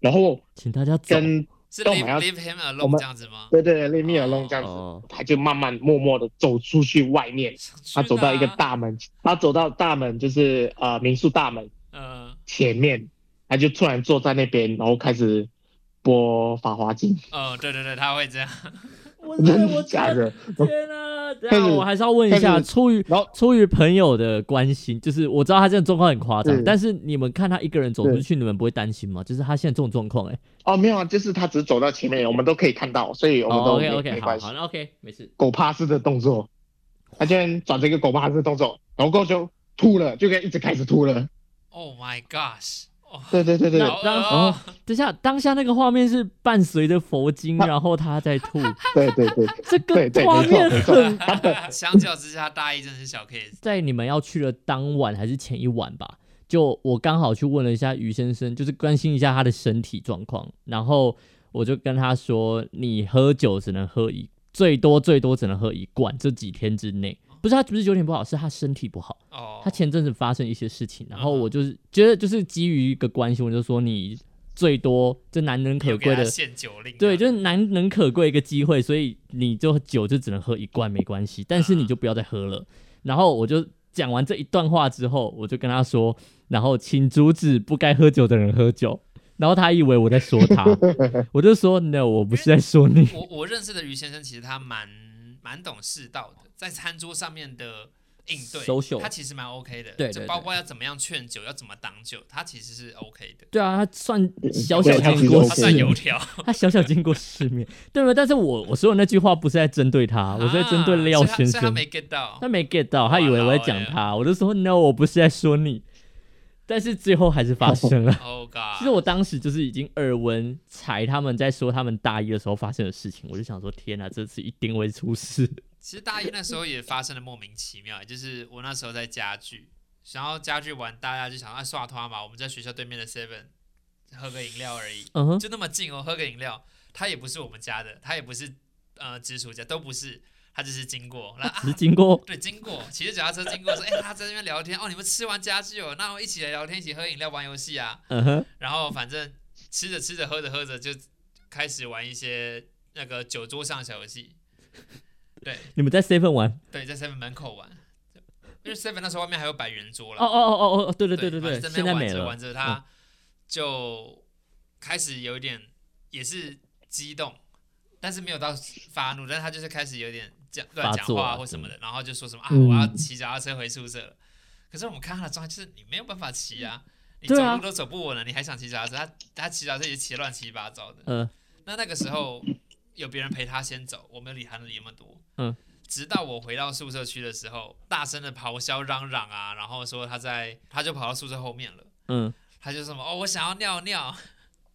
S3: 然后
S2: 请大家走。
S3: 跟
S1: 是
S3: 但
S1: leave
S3: 我还要
S1: leave him
S3: 我
S1: alone
S3: 们
S1: 这样子吗？
S3: 对对对 Let me alone 这样子，
S2: 哦，
S3: 他就慢慢默默的走出去外面，他走到一个
S1: 大，
S3: 大门，他走到大门就是呃民宿大门，
S1: 嗯
S3: 前面，他就突然坐在那边，然后开始播《法华经
S1: 哦，对对对，他会这样。 [laughs]
S2: 我》，
S3: 真
S2: 我
S3: 的 [laughs] 假的？
S2: 天啊！等
S3: 开
S2: 下
S3: 始
S2: 我还是要问一下，
S3: 开始
S2: 出于
S3: 然后
S2: 出于朋友的关心，就是我知道他这种状况很夸张，
S3: 是
S2: 但是你们看他一个人走出
S3: 是
S2: 去，你们不会担心吗？就是他现在这种状况，哎，
S3: 哦，没有啊，就是他只是走到前面，我们都可以看到，所以我们
S2: 哦
S3: 都
S2: ，OK
S3: 没、
S2: OK，
S3: 没
S2: 好
S3: 关系
S2: 好。那 OK，没事。
S3: 狗趴式的动作，他居然转成一个狗巴式动作，然后过后就吐了，就跟一直开始吐了。
S1: Oh my gosh！哦，呃
S3: 对对对对，
S1: 老
S2: 当
S1: 二
S2: 等一下，当下那个画面是伴随着佛经，然后他在
S3: [laughs]
S2: 吐，
S3: 对对对，
S2: 这
S3: 对
S2: 个
S3: 对
S2: 画面
S3: 没错没
S2: 很
S3: 错。他本
S1: [laughs] 相较之下，大一真的是小 case。
S2: 在你们要去的当晚还是前一晚吧，就我刚好去问了一下于先生，就是关心一下他的身体状况，然后我就跟他说，你喝酒只能喝一，最多最多只能喝一罐，这几天之内。不是他不是酒品不好，是他身体不好。
S1: 哦，
S2: 他前阵子发生一些事情，然后
S1: 嗯
S2: 我就是觉得就是基于一个关系，我就说你最多这难能可
S1: 有给
S2: 贵
S1: 他
S2: 的
S1: 限酒令，
S2: 对，就是难能可贵一个机会，所以你就酒就只能喝一罐没关系，但是你就不要再喝了。然后我就讲完这一段话之后，我就跟他说，然后请阻止不该喝酒的人喝酒。然后他以为我在说 [laughs] 他，我就说 no，我不是在说你。
S1: 我我认识的于先生，其实他蛮蛮懂世道的，在餐桌上面的应对
S2: Social
S1: 他其实蛮 OK 的。
S2: 对对
S1: 就
S2: 对
S1: 包括要怎么样劝酒，要怎么挡酒，他其实是 OK 的。
S2: [laughs] 对啊，他算小
S3: 对
S2: 小
S3: 他其
S2: 经
S3: 实
S2: 过
S3: OK
S1: 他
S2: 世
S1: 算油
S2: 面，
S1: 条，
S2: 他小小经过世面，对吧？但是我我说的那句话不是在针对他，我是在针对
S1: 啊
S2: 廖
S1: 所以他
S2: 先
S1: 所以他
S2: 生。
S1: 没 get 到。
S2: 他。没 get 到，他以为我在讲他，我就说 no，我不是在说你。但是最后还是发生了
S1: Oh [laughs] god！
S2: 其实我当时就是已经耳闻才他们在说他们大一的时候发生的事情，我就想说天哪、这次一定会出事。
S1: 其实大一那时候也发生了莫名其妙，就是我那时候在家具，然后家具玩，大家就想啊刷团嘛，我们在学校对面的 Seven 喝个饮料而已，
S2: 嗯哼，
S1: 就那么近哦，喝个饮料，他也不是我们家的，他也不是呃直属家，都不是，他只是经过，然后
S2: [laughs] [laughs] 只是
S1: 啊。
S2: 经过
S1: 对，经过骑着脚踏车经过，说：“哎、他在那边聊天哦，你们吃完家具哦，那我们一起来聊天，一起喝饮料、玩游戏啊。”
S2: 嗯哼，
S1: 然后反正吃着吃着喝着喝着就开始玩一些那个酒桌上的小游戏。对
S2: 你们在 seven 玩？
S1: 对，在 seven 门口玩，因为 seven 那时候外面还有百元桌了。
S2: 哦哦哦哦哦，对对对
S1: 对
S2: 对
S1: 反
S2: 对，
S1: 正
S2: 现在
S1: 边玩着
S2: 没了嗯
S1: 玩。着他就开始有点也是激动，但是没有到发怒，但是他就是开始有点讲乱
S2: 发
S1: 讲
S2: 作
S1: 话
S2: 啊
S1: 或什么的，然后就说什么啊，
S3: 嗯
S1: 我要骑脚踏车回宿舍了。可是我们看他的状态就是你没有办法骑啊，你走
S2: 对啊
S1: 路都走不稳了，你还想骑脚踏车？他他骑脚踏车也骑得乱七八糟的。
S2: 呃，
S1: 那那个时候有别人陪他先走，我没有理他理那么多。
S2: 嗯，
S1: 直到我回到宿舍区的时候，大声的咆哮嚷嚷啊，然后说他在，他就跑到宿舍后面了， [laughs]
S2: 嗯
S1: 他就什么哦，我想要尿尿，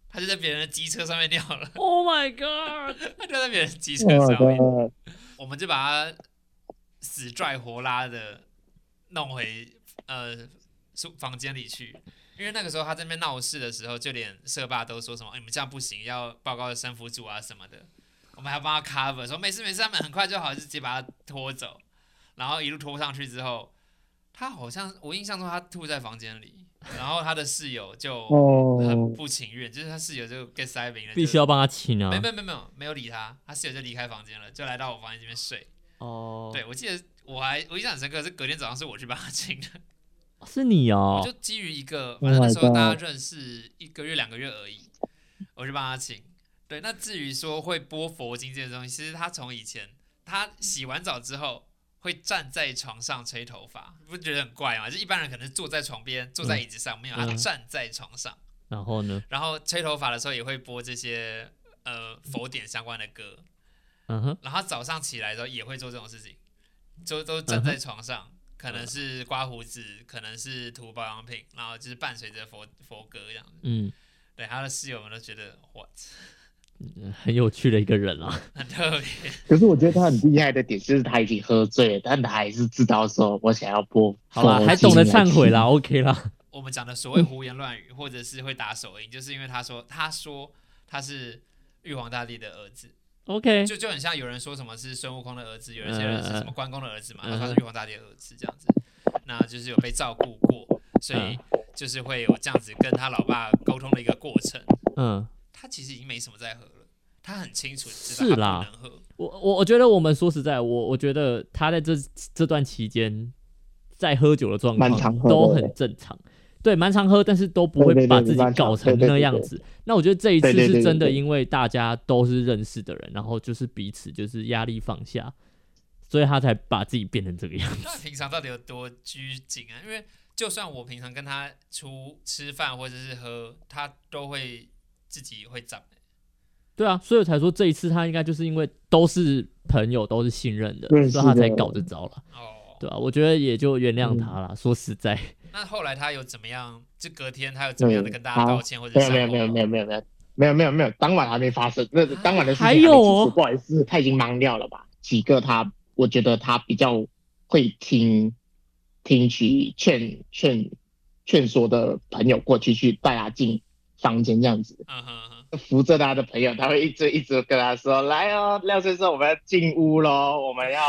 S1: 他就在别人的机车上面尿了，
S2: ，Oh my god！
S1: 他就在别人的机车
S3: 我
S1: 上面，
S3: 的
S1: 我们就把他死拽活拉的弄回呃宿房间里去。因为那个时候他在那边闹事的时候，就连社爸都说什么、哎你们这样不行，要报告生辅组啊什么的。我们还帮他 cover，说没事没事，他们很快就好，就直接把他拖走。然后一路拖上去之后，他好像我印象中他吐在房间里，然后他的室友就很
S3: 哦，
S1: 不情愿，就是他室友就 get 塞饼了，
S2: [laughs] 必须要帮他请啊
S1: 没。没没没有没有理他，他室友就离开房间了，就来到我房间这边睡。
S2: 哦，
S1: 对，我记得我还我印象很深刻是隔天早上是我去帮他清的，
S2: 是你
S1: 我 [laughs]
S2: 哦
S1: 就。基于一个
S3: Oh
S1: 反正那
S3: my
S1: 时候大家认识一个月两个月而已，我去帮他清。对，那至于说会播佛经这些东西，其实他从以前他洗完澡之后会站在床上吹头发，不觉得很怪吗？就一般人可能坐在床边、坐在椅子上，没有他
S2: 嗯
S1: 站在床上，
S2: 然后呢？
S1: 然后吹头发的时候也会播这些呃佛典相关的歌。
S2: 嗯哼，
S1: 然后他早上起来的时候也会做这种事情，就都站
S2: 嗯
S1: 在床上，可能是刮胡子，可能是涂保养品，然后就是伴随着佛佛歌这样子。
S2: 嗯，
S1: 对，他的室友们都觉得 what [laughs]
S2: 很有趣的一个人啊。
S1: 很特别，
S3: 可是我觉得他很厉害的点就是他已经喝醉了，但他还是知道说我想要播。
S2: 好啦，还懂得
S3: 啊
S2: 忏悔啦。，OK 啦。
S1: 我们讲的所谓胡言乱语，或者是会打手印，就是因为他说他说他是玉皇大帝的儿子，
S2: OK，
S1: 就就很像有人说什么是孙悟空的儿子，有一些人是什么关公的儿子嘛，
S2: 嗯嗯
S1: 然后他是玉皇大帝的儿子这样子，那就是有被照顾过，所以
S2: 嗯
S1: 就是会有这样子跟他老爸沟通的一个过程。
S2: 嗯。
S1: 他其实已经没什么在喝了，他很清楚
S2: 是
S1: 知道他
S2: 啦
S1: 不能喝。
S2: 我我我觉得我们说实在，我我觉得他在这这段期间在喝酒的状
S3: 蛮常
S2: 况
S3: 喝的
S2: 都很正常，对，蛮常喝，但是都不
S3: 对
S2: 会
S3: 对
S2: 把
S3: 对
S2: 自己
S3: 蛮常
S2: 搞
S3: 对
S2: 成
S3: 对
S2: 那
S3: 对
S2: 样
S3: 对
S2: 子。那我觉得这一次
S3: 对对对
S2: 是真
S3: 对
S2: 的，
S3: 对
S2: 因为大家都是认识的人，然后就是彼此就是压力放下，所以他才把自己变成这个样子。 [laughs]
S1: 他平常到底有多拘谨啊？因为就算我平常跟他出吃饭或者是喝，他都会自己会长、
S2: 对啊，所以我才说这一次他应该就是因为都是朋友，都是信任的，
S3: 认识
S2: 所以他才
S3: 的嗯
S2: 搞这招了，
S1: 哦，
S2: 对啊，我觉得也就原谅他了。说实在， [laughs]
S1: 那后来他有怎么样？就隔天他有怎么样的
S3: 嗯
S1: 跟大家
S3: 好
S1: 道歉或者
S3: 没
S1: 是
S3: 有没有没有没有没有没有没有没有没有，当晚还没发生，那当晚的事情
S2: 还
S3: 没
S2: 有
S3: 结
S2: 哦
S3: 束不好意思，他已经忙掉了吧？几个他，我觉得他比较会听听取劝劝劝说的朋友过去去带他进房间这样子，
S1: 嗯哼哼，
S3: 扶着他的朋友，他会一直一直跟他说：“来哦，廖先生，我们要进屋喽，我们要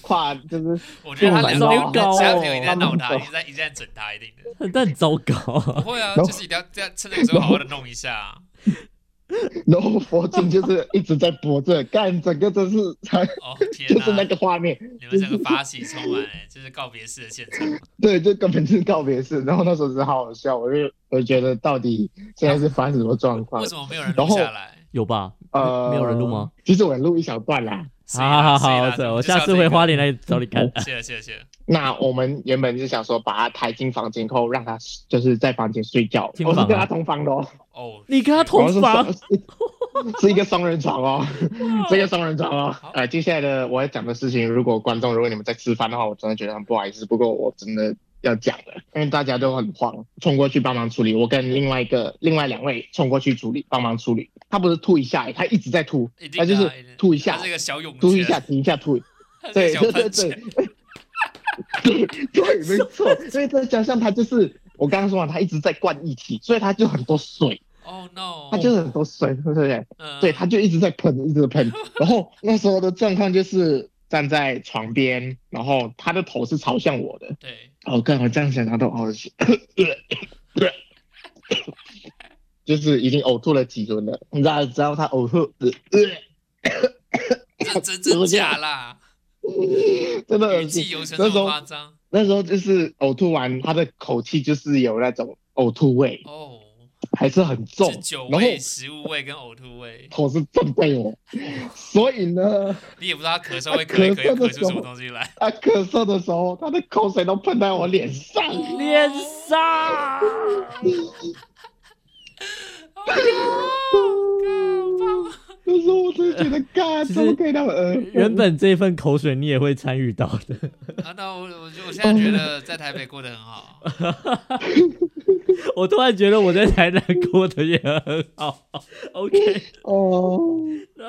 S3: 跨，就是
S1: 我觉得他两
S3: 不
S1: 个
S3: 能
S2: 哦
S3: 搞
S1: 只要朋友一直在
S3: 他们
S1: 闹他，
S3: 不
S1: 一直在一直在整他，一定的。
S2: 但很糟糕
S1: 不
S2: 啊。
S1: 会啊，
S3: No
S1: 就是一定要这样趁这个时候好好的弄一下啊。
S3: 然后佛经就是一直在播着，干整个真是
S1: 哦天
S3: [laughs] 就
S1: 哪
S3: 是，那个画面，
S1: 你们整个发起充满了就是告别式的现场。
S3: 对，就根本就是告别式。然后那时候是好好笑，我就我就觉得到底现在是发生什么状况
S1: 为？什么没有人
S3: 然
S1: 录
S3: 后
S1: 下来？
S2: 有吧？
S3: 呃，
S2: 没有人录吗？
S3: 其实我录一小段啦。
S1: 谁
S2: 好好
S1: 啦
S2: 好好，
S1: 谁啦就
S2: 我
S1: 是要
S2: 下次
S1: 这
S2: 回
S1: 个
S2: 花莲来找你看。
S1: 谢了谢了谢了。
S3: 那我们原本是想说把他抬进房间后，让他就是在房间睡觉。
S2: 听
S3: 我是
S2: 房啊
S3: 跟他同房的哦，
S1: 哦，
S2: 你跟他
S1: 是
S2: 同房
S3: 我是双是一个双人床哦，是一个双人床哦
S1: 好。
S3: 呃，接下来的我要讲的事情，如果观众如果你们在吃饭的话，我真的觉得很不好意思。不过我真的要讲了，因为大家都很慌，冲过去帮忙处理。我跟另外一个另外两位冲过去处理，帮忙处理。他不是吐一下，哎他一直在吐
S1: 一，定
S3: 他
S1: 的啊
S3: 就是
S1: 定
S3: 吐一下
S1: 他，是个小涌泉，
S3: 吐一下，停一下，吐。
S1: 他是个
S3: 对
S1: 小
S3: 对对
S1: 喷
S3: 对
S1: 泉，
S3: 对对，没错。所以再加上他就是我刚刚说嘛，他一直在灌液体，所以他就很多水，
S1: 哦 no，
S3: 他就是很多水，对不对？
S1: 嗯
S3: 对，他就一直在喷，一直喷。然后那时候的状况就是站在床边，然后他的头是朝向我的。
S1: 对，
S3: 哦，干，我这样想他都好恶心。就是已经呕吐了几轮了，你知道，知道他呕吐，呃
S1: 这这真
S3: 我这
S1: 假
S3: 样 [laughs]
S1: 啦，
S3: 呃真的
S1: 语
S3: 恶
S1: 气
S3: 心。
S1: 犹存
S3: 那
S1: 这
S3: 时
S1: 么
S3: 候
S1: 夸张
S3: 那时候就是呕吐完，他的口气就是有那种呕吐味，
S1: 哦，
S3: 还是很重
S1: 是酒，
S3: 然后
S1: 味、食物味跟呕吐味，
S3: 口是正对我，所以呢，
S1: 你也不知道他咳嗽会
S3: 他
S1: 咳一
S3: 咳
S1: 咳又
S3: 嗽的
S1: 咳出什
S3: 时
S1: 么
S3: 候
S1: 东西
S3: [laughs]
S1: 来，
S3: 他咳嗽的时候，他的口水都喷在我脸上，
S2: 脸上，
S1: 哦靠靠
S3: 那时候我真的觉得，干
S2: 其实
S3: 怎么可以呃那么恶
S2: 原本这份口水你也会参与到的。
S1: 啊，那我我我现在觉得在台北过得很好，
S2: 我突然觉得我在台南过得也很好。OK
S3: 哦，从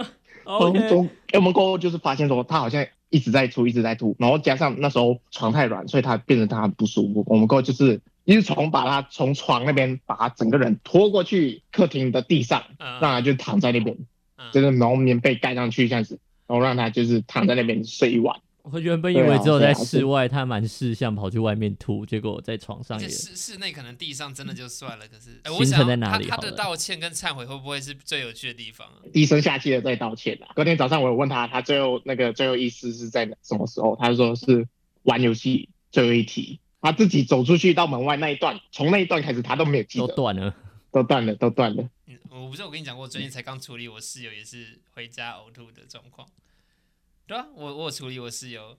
S2: OK，
S3: 从我们过后就是发现说，他好像一直在吐，一直在吐，然后加上那时候床太软，所以他变得他很不舒服。我们过后就是一直从把他从床那边把他整个人拖过去客厅的地上，
S1: 嗯
S3: 让他就躺在那边。
S1: 嗯
S3: 就是然后棉被盖上去这样子，然后让他就是躺在那边睡一晚。
S2: 我原本以
S3: 对
S2: 为
S3: 啊
S2: 只有在
S3: 对啊对
S2: 室外，他蛮识相，跑去外面吐，结果在床
S1: 而
S2: 上
S1: 且
S2: 也
S1: 室室内可能地上真的就算了，可是哎，我
S2: 行
S1: 想
S2: 程
S1: 要
S2: 在哪
S1: 他
S2: 里
S1: 他
S2: 好
S1: 的
S2: 了
S1: 道歉跟忏悔会不会是最有趣的地方啊？
S3: 低声下气的在道歉啦。啊隔天早上我有问他，他最后那个最后一次是在什么时候？他说是玩游戏最后一题，他自己走出去到门外那一段，从那一段开始他都没有记
S2: 都
S3: 得，
S2: 断了。
S3: 都断了，都断了。
S1: 嗯，我不是我跟你讲过，最近才刚处理我室友也是回家呕吐的状况。对啊，我我有处理我室友，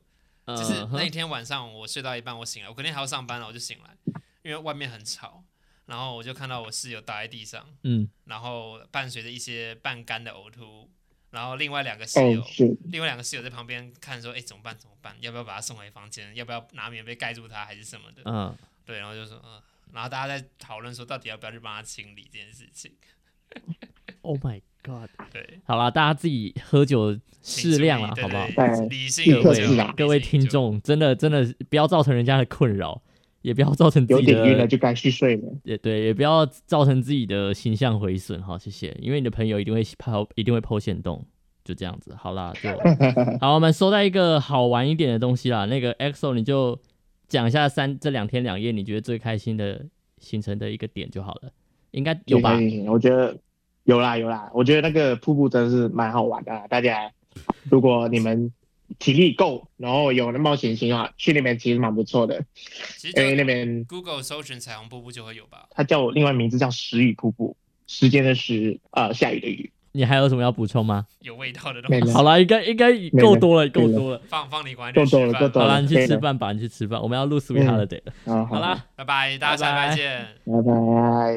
S1: 就是
S2: 嗯
S1: 那一
S2: 哼
S1: 天晚上我睡到一半，我醒来，我肯定还要上班了，我就醒来，因为外面很吵，然后我就看到我室友倒在地上，
S2: 嗯，
S1: 然后伴随着一些半干的呕吐，然后另外两个室
S3: 哦
S1: 友，
S3: 是，
S1: 另外两个室友在旁边看说，哎，怎么办？怎么办？要不要把他送回房间？要不要拿棉被盖住他，还是什么的？
S2: 嗯，
S1: 对，然后就说，嗯、然后大家在讨论说，到底要不要去帮他清理这件事情？
S2: Oh my God！
S1: 对。
S2: 好啦，大家自己喝酒适量啦，
S1: 对
S2: 好不好？
S1: 对
S3: 对
S1: 理性饮
S2: 各
S1: 酒
S3: 克制
S2: 位
S3: 啦
S2: 各位听，众，真的真的不要造成人家的困扰，也不要造成自
S3: 有
S2: 己
S3: 点晕了
S2: 的，
S3: 就该去睡了。
S2: 也对，也不要造成自己的形象毁损。好，谢谢，因为你的朋友一定会抛，一定会抛线动，就这样子。好啦，就好，我们收到一个好玩一点的东西啦。那个 EXO，你就讲一下三这两天两夜你觉得最开心的行程的一个点就好了，应该有吧？
S3: 行？行行我觉得有啦有啦，我觉得那个瀑布真的是蛮好玩的啊啦，大家如果你们体力够，然后有那冒险心的话，去那边其实蛮不错的。
S1: 其实
S3: 因为
S1: 就
S3: 那边
S1: Google 搜寻彩虹瀑布就会有吧。
S3: 它叫另外名字叫石雨瀑布，时间的时，呃，下雨的雨。
S2: 你还有什么要补充吗？
S1: 有味道的
S3: 没
S1: 东
S3: 了
S1: 西。
S2: 好了，应该应该够多了，够
S3: 了
S2: 多了。
S1: 放放你管理
S3: 够多
S1: 吃
S3: 了
S1: 饭
S3: 够多
S2: 好
S1: 吧
S2: 啦，
S3: 了
S2: 你去
S3: 可以
S2: 吃
S3: 了
S2: 饭吧，你去吃饭，我们要录 Sweet Holiday 了。
S3: 啊，
S2: 好，啦，
S1: 拜拜，大家下礼
S2: 拜拜
S1: 拜见。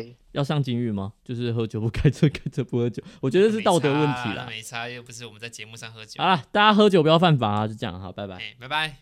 S3: 拜拜。
S2: 要上警语吗？就是喝酒不开车，开车不喝酒，我觉得是道德问题
S1: 了，
S2: 啦。
S1: 没差，又不是我们在节目上喝酒。
S2: 啊好啦，大家喝酒不要犯法啊，就这样哈，拜拜。
S1: 哎，拜拜。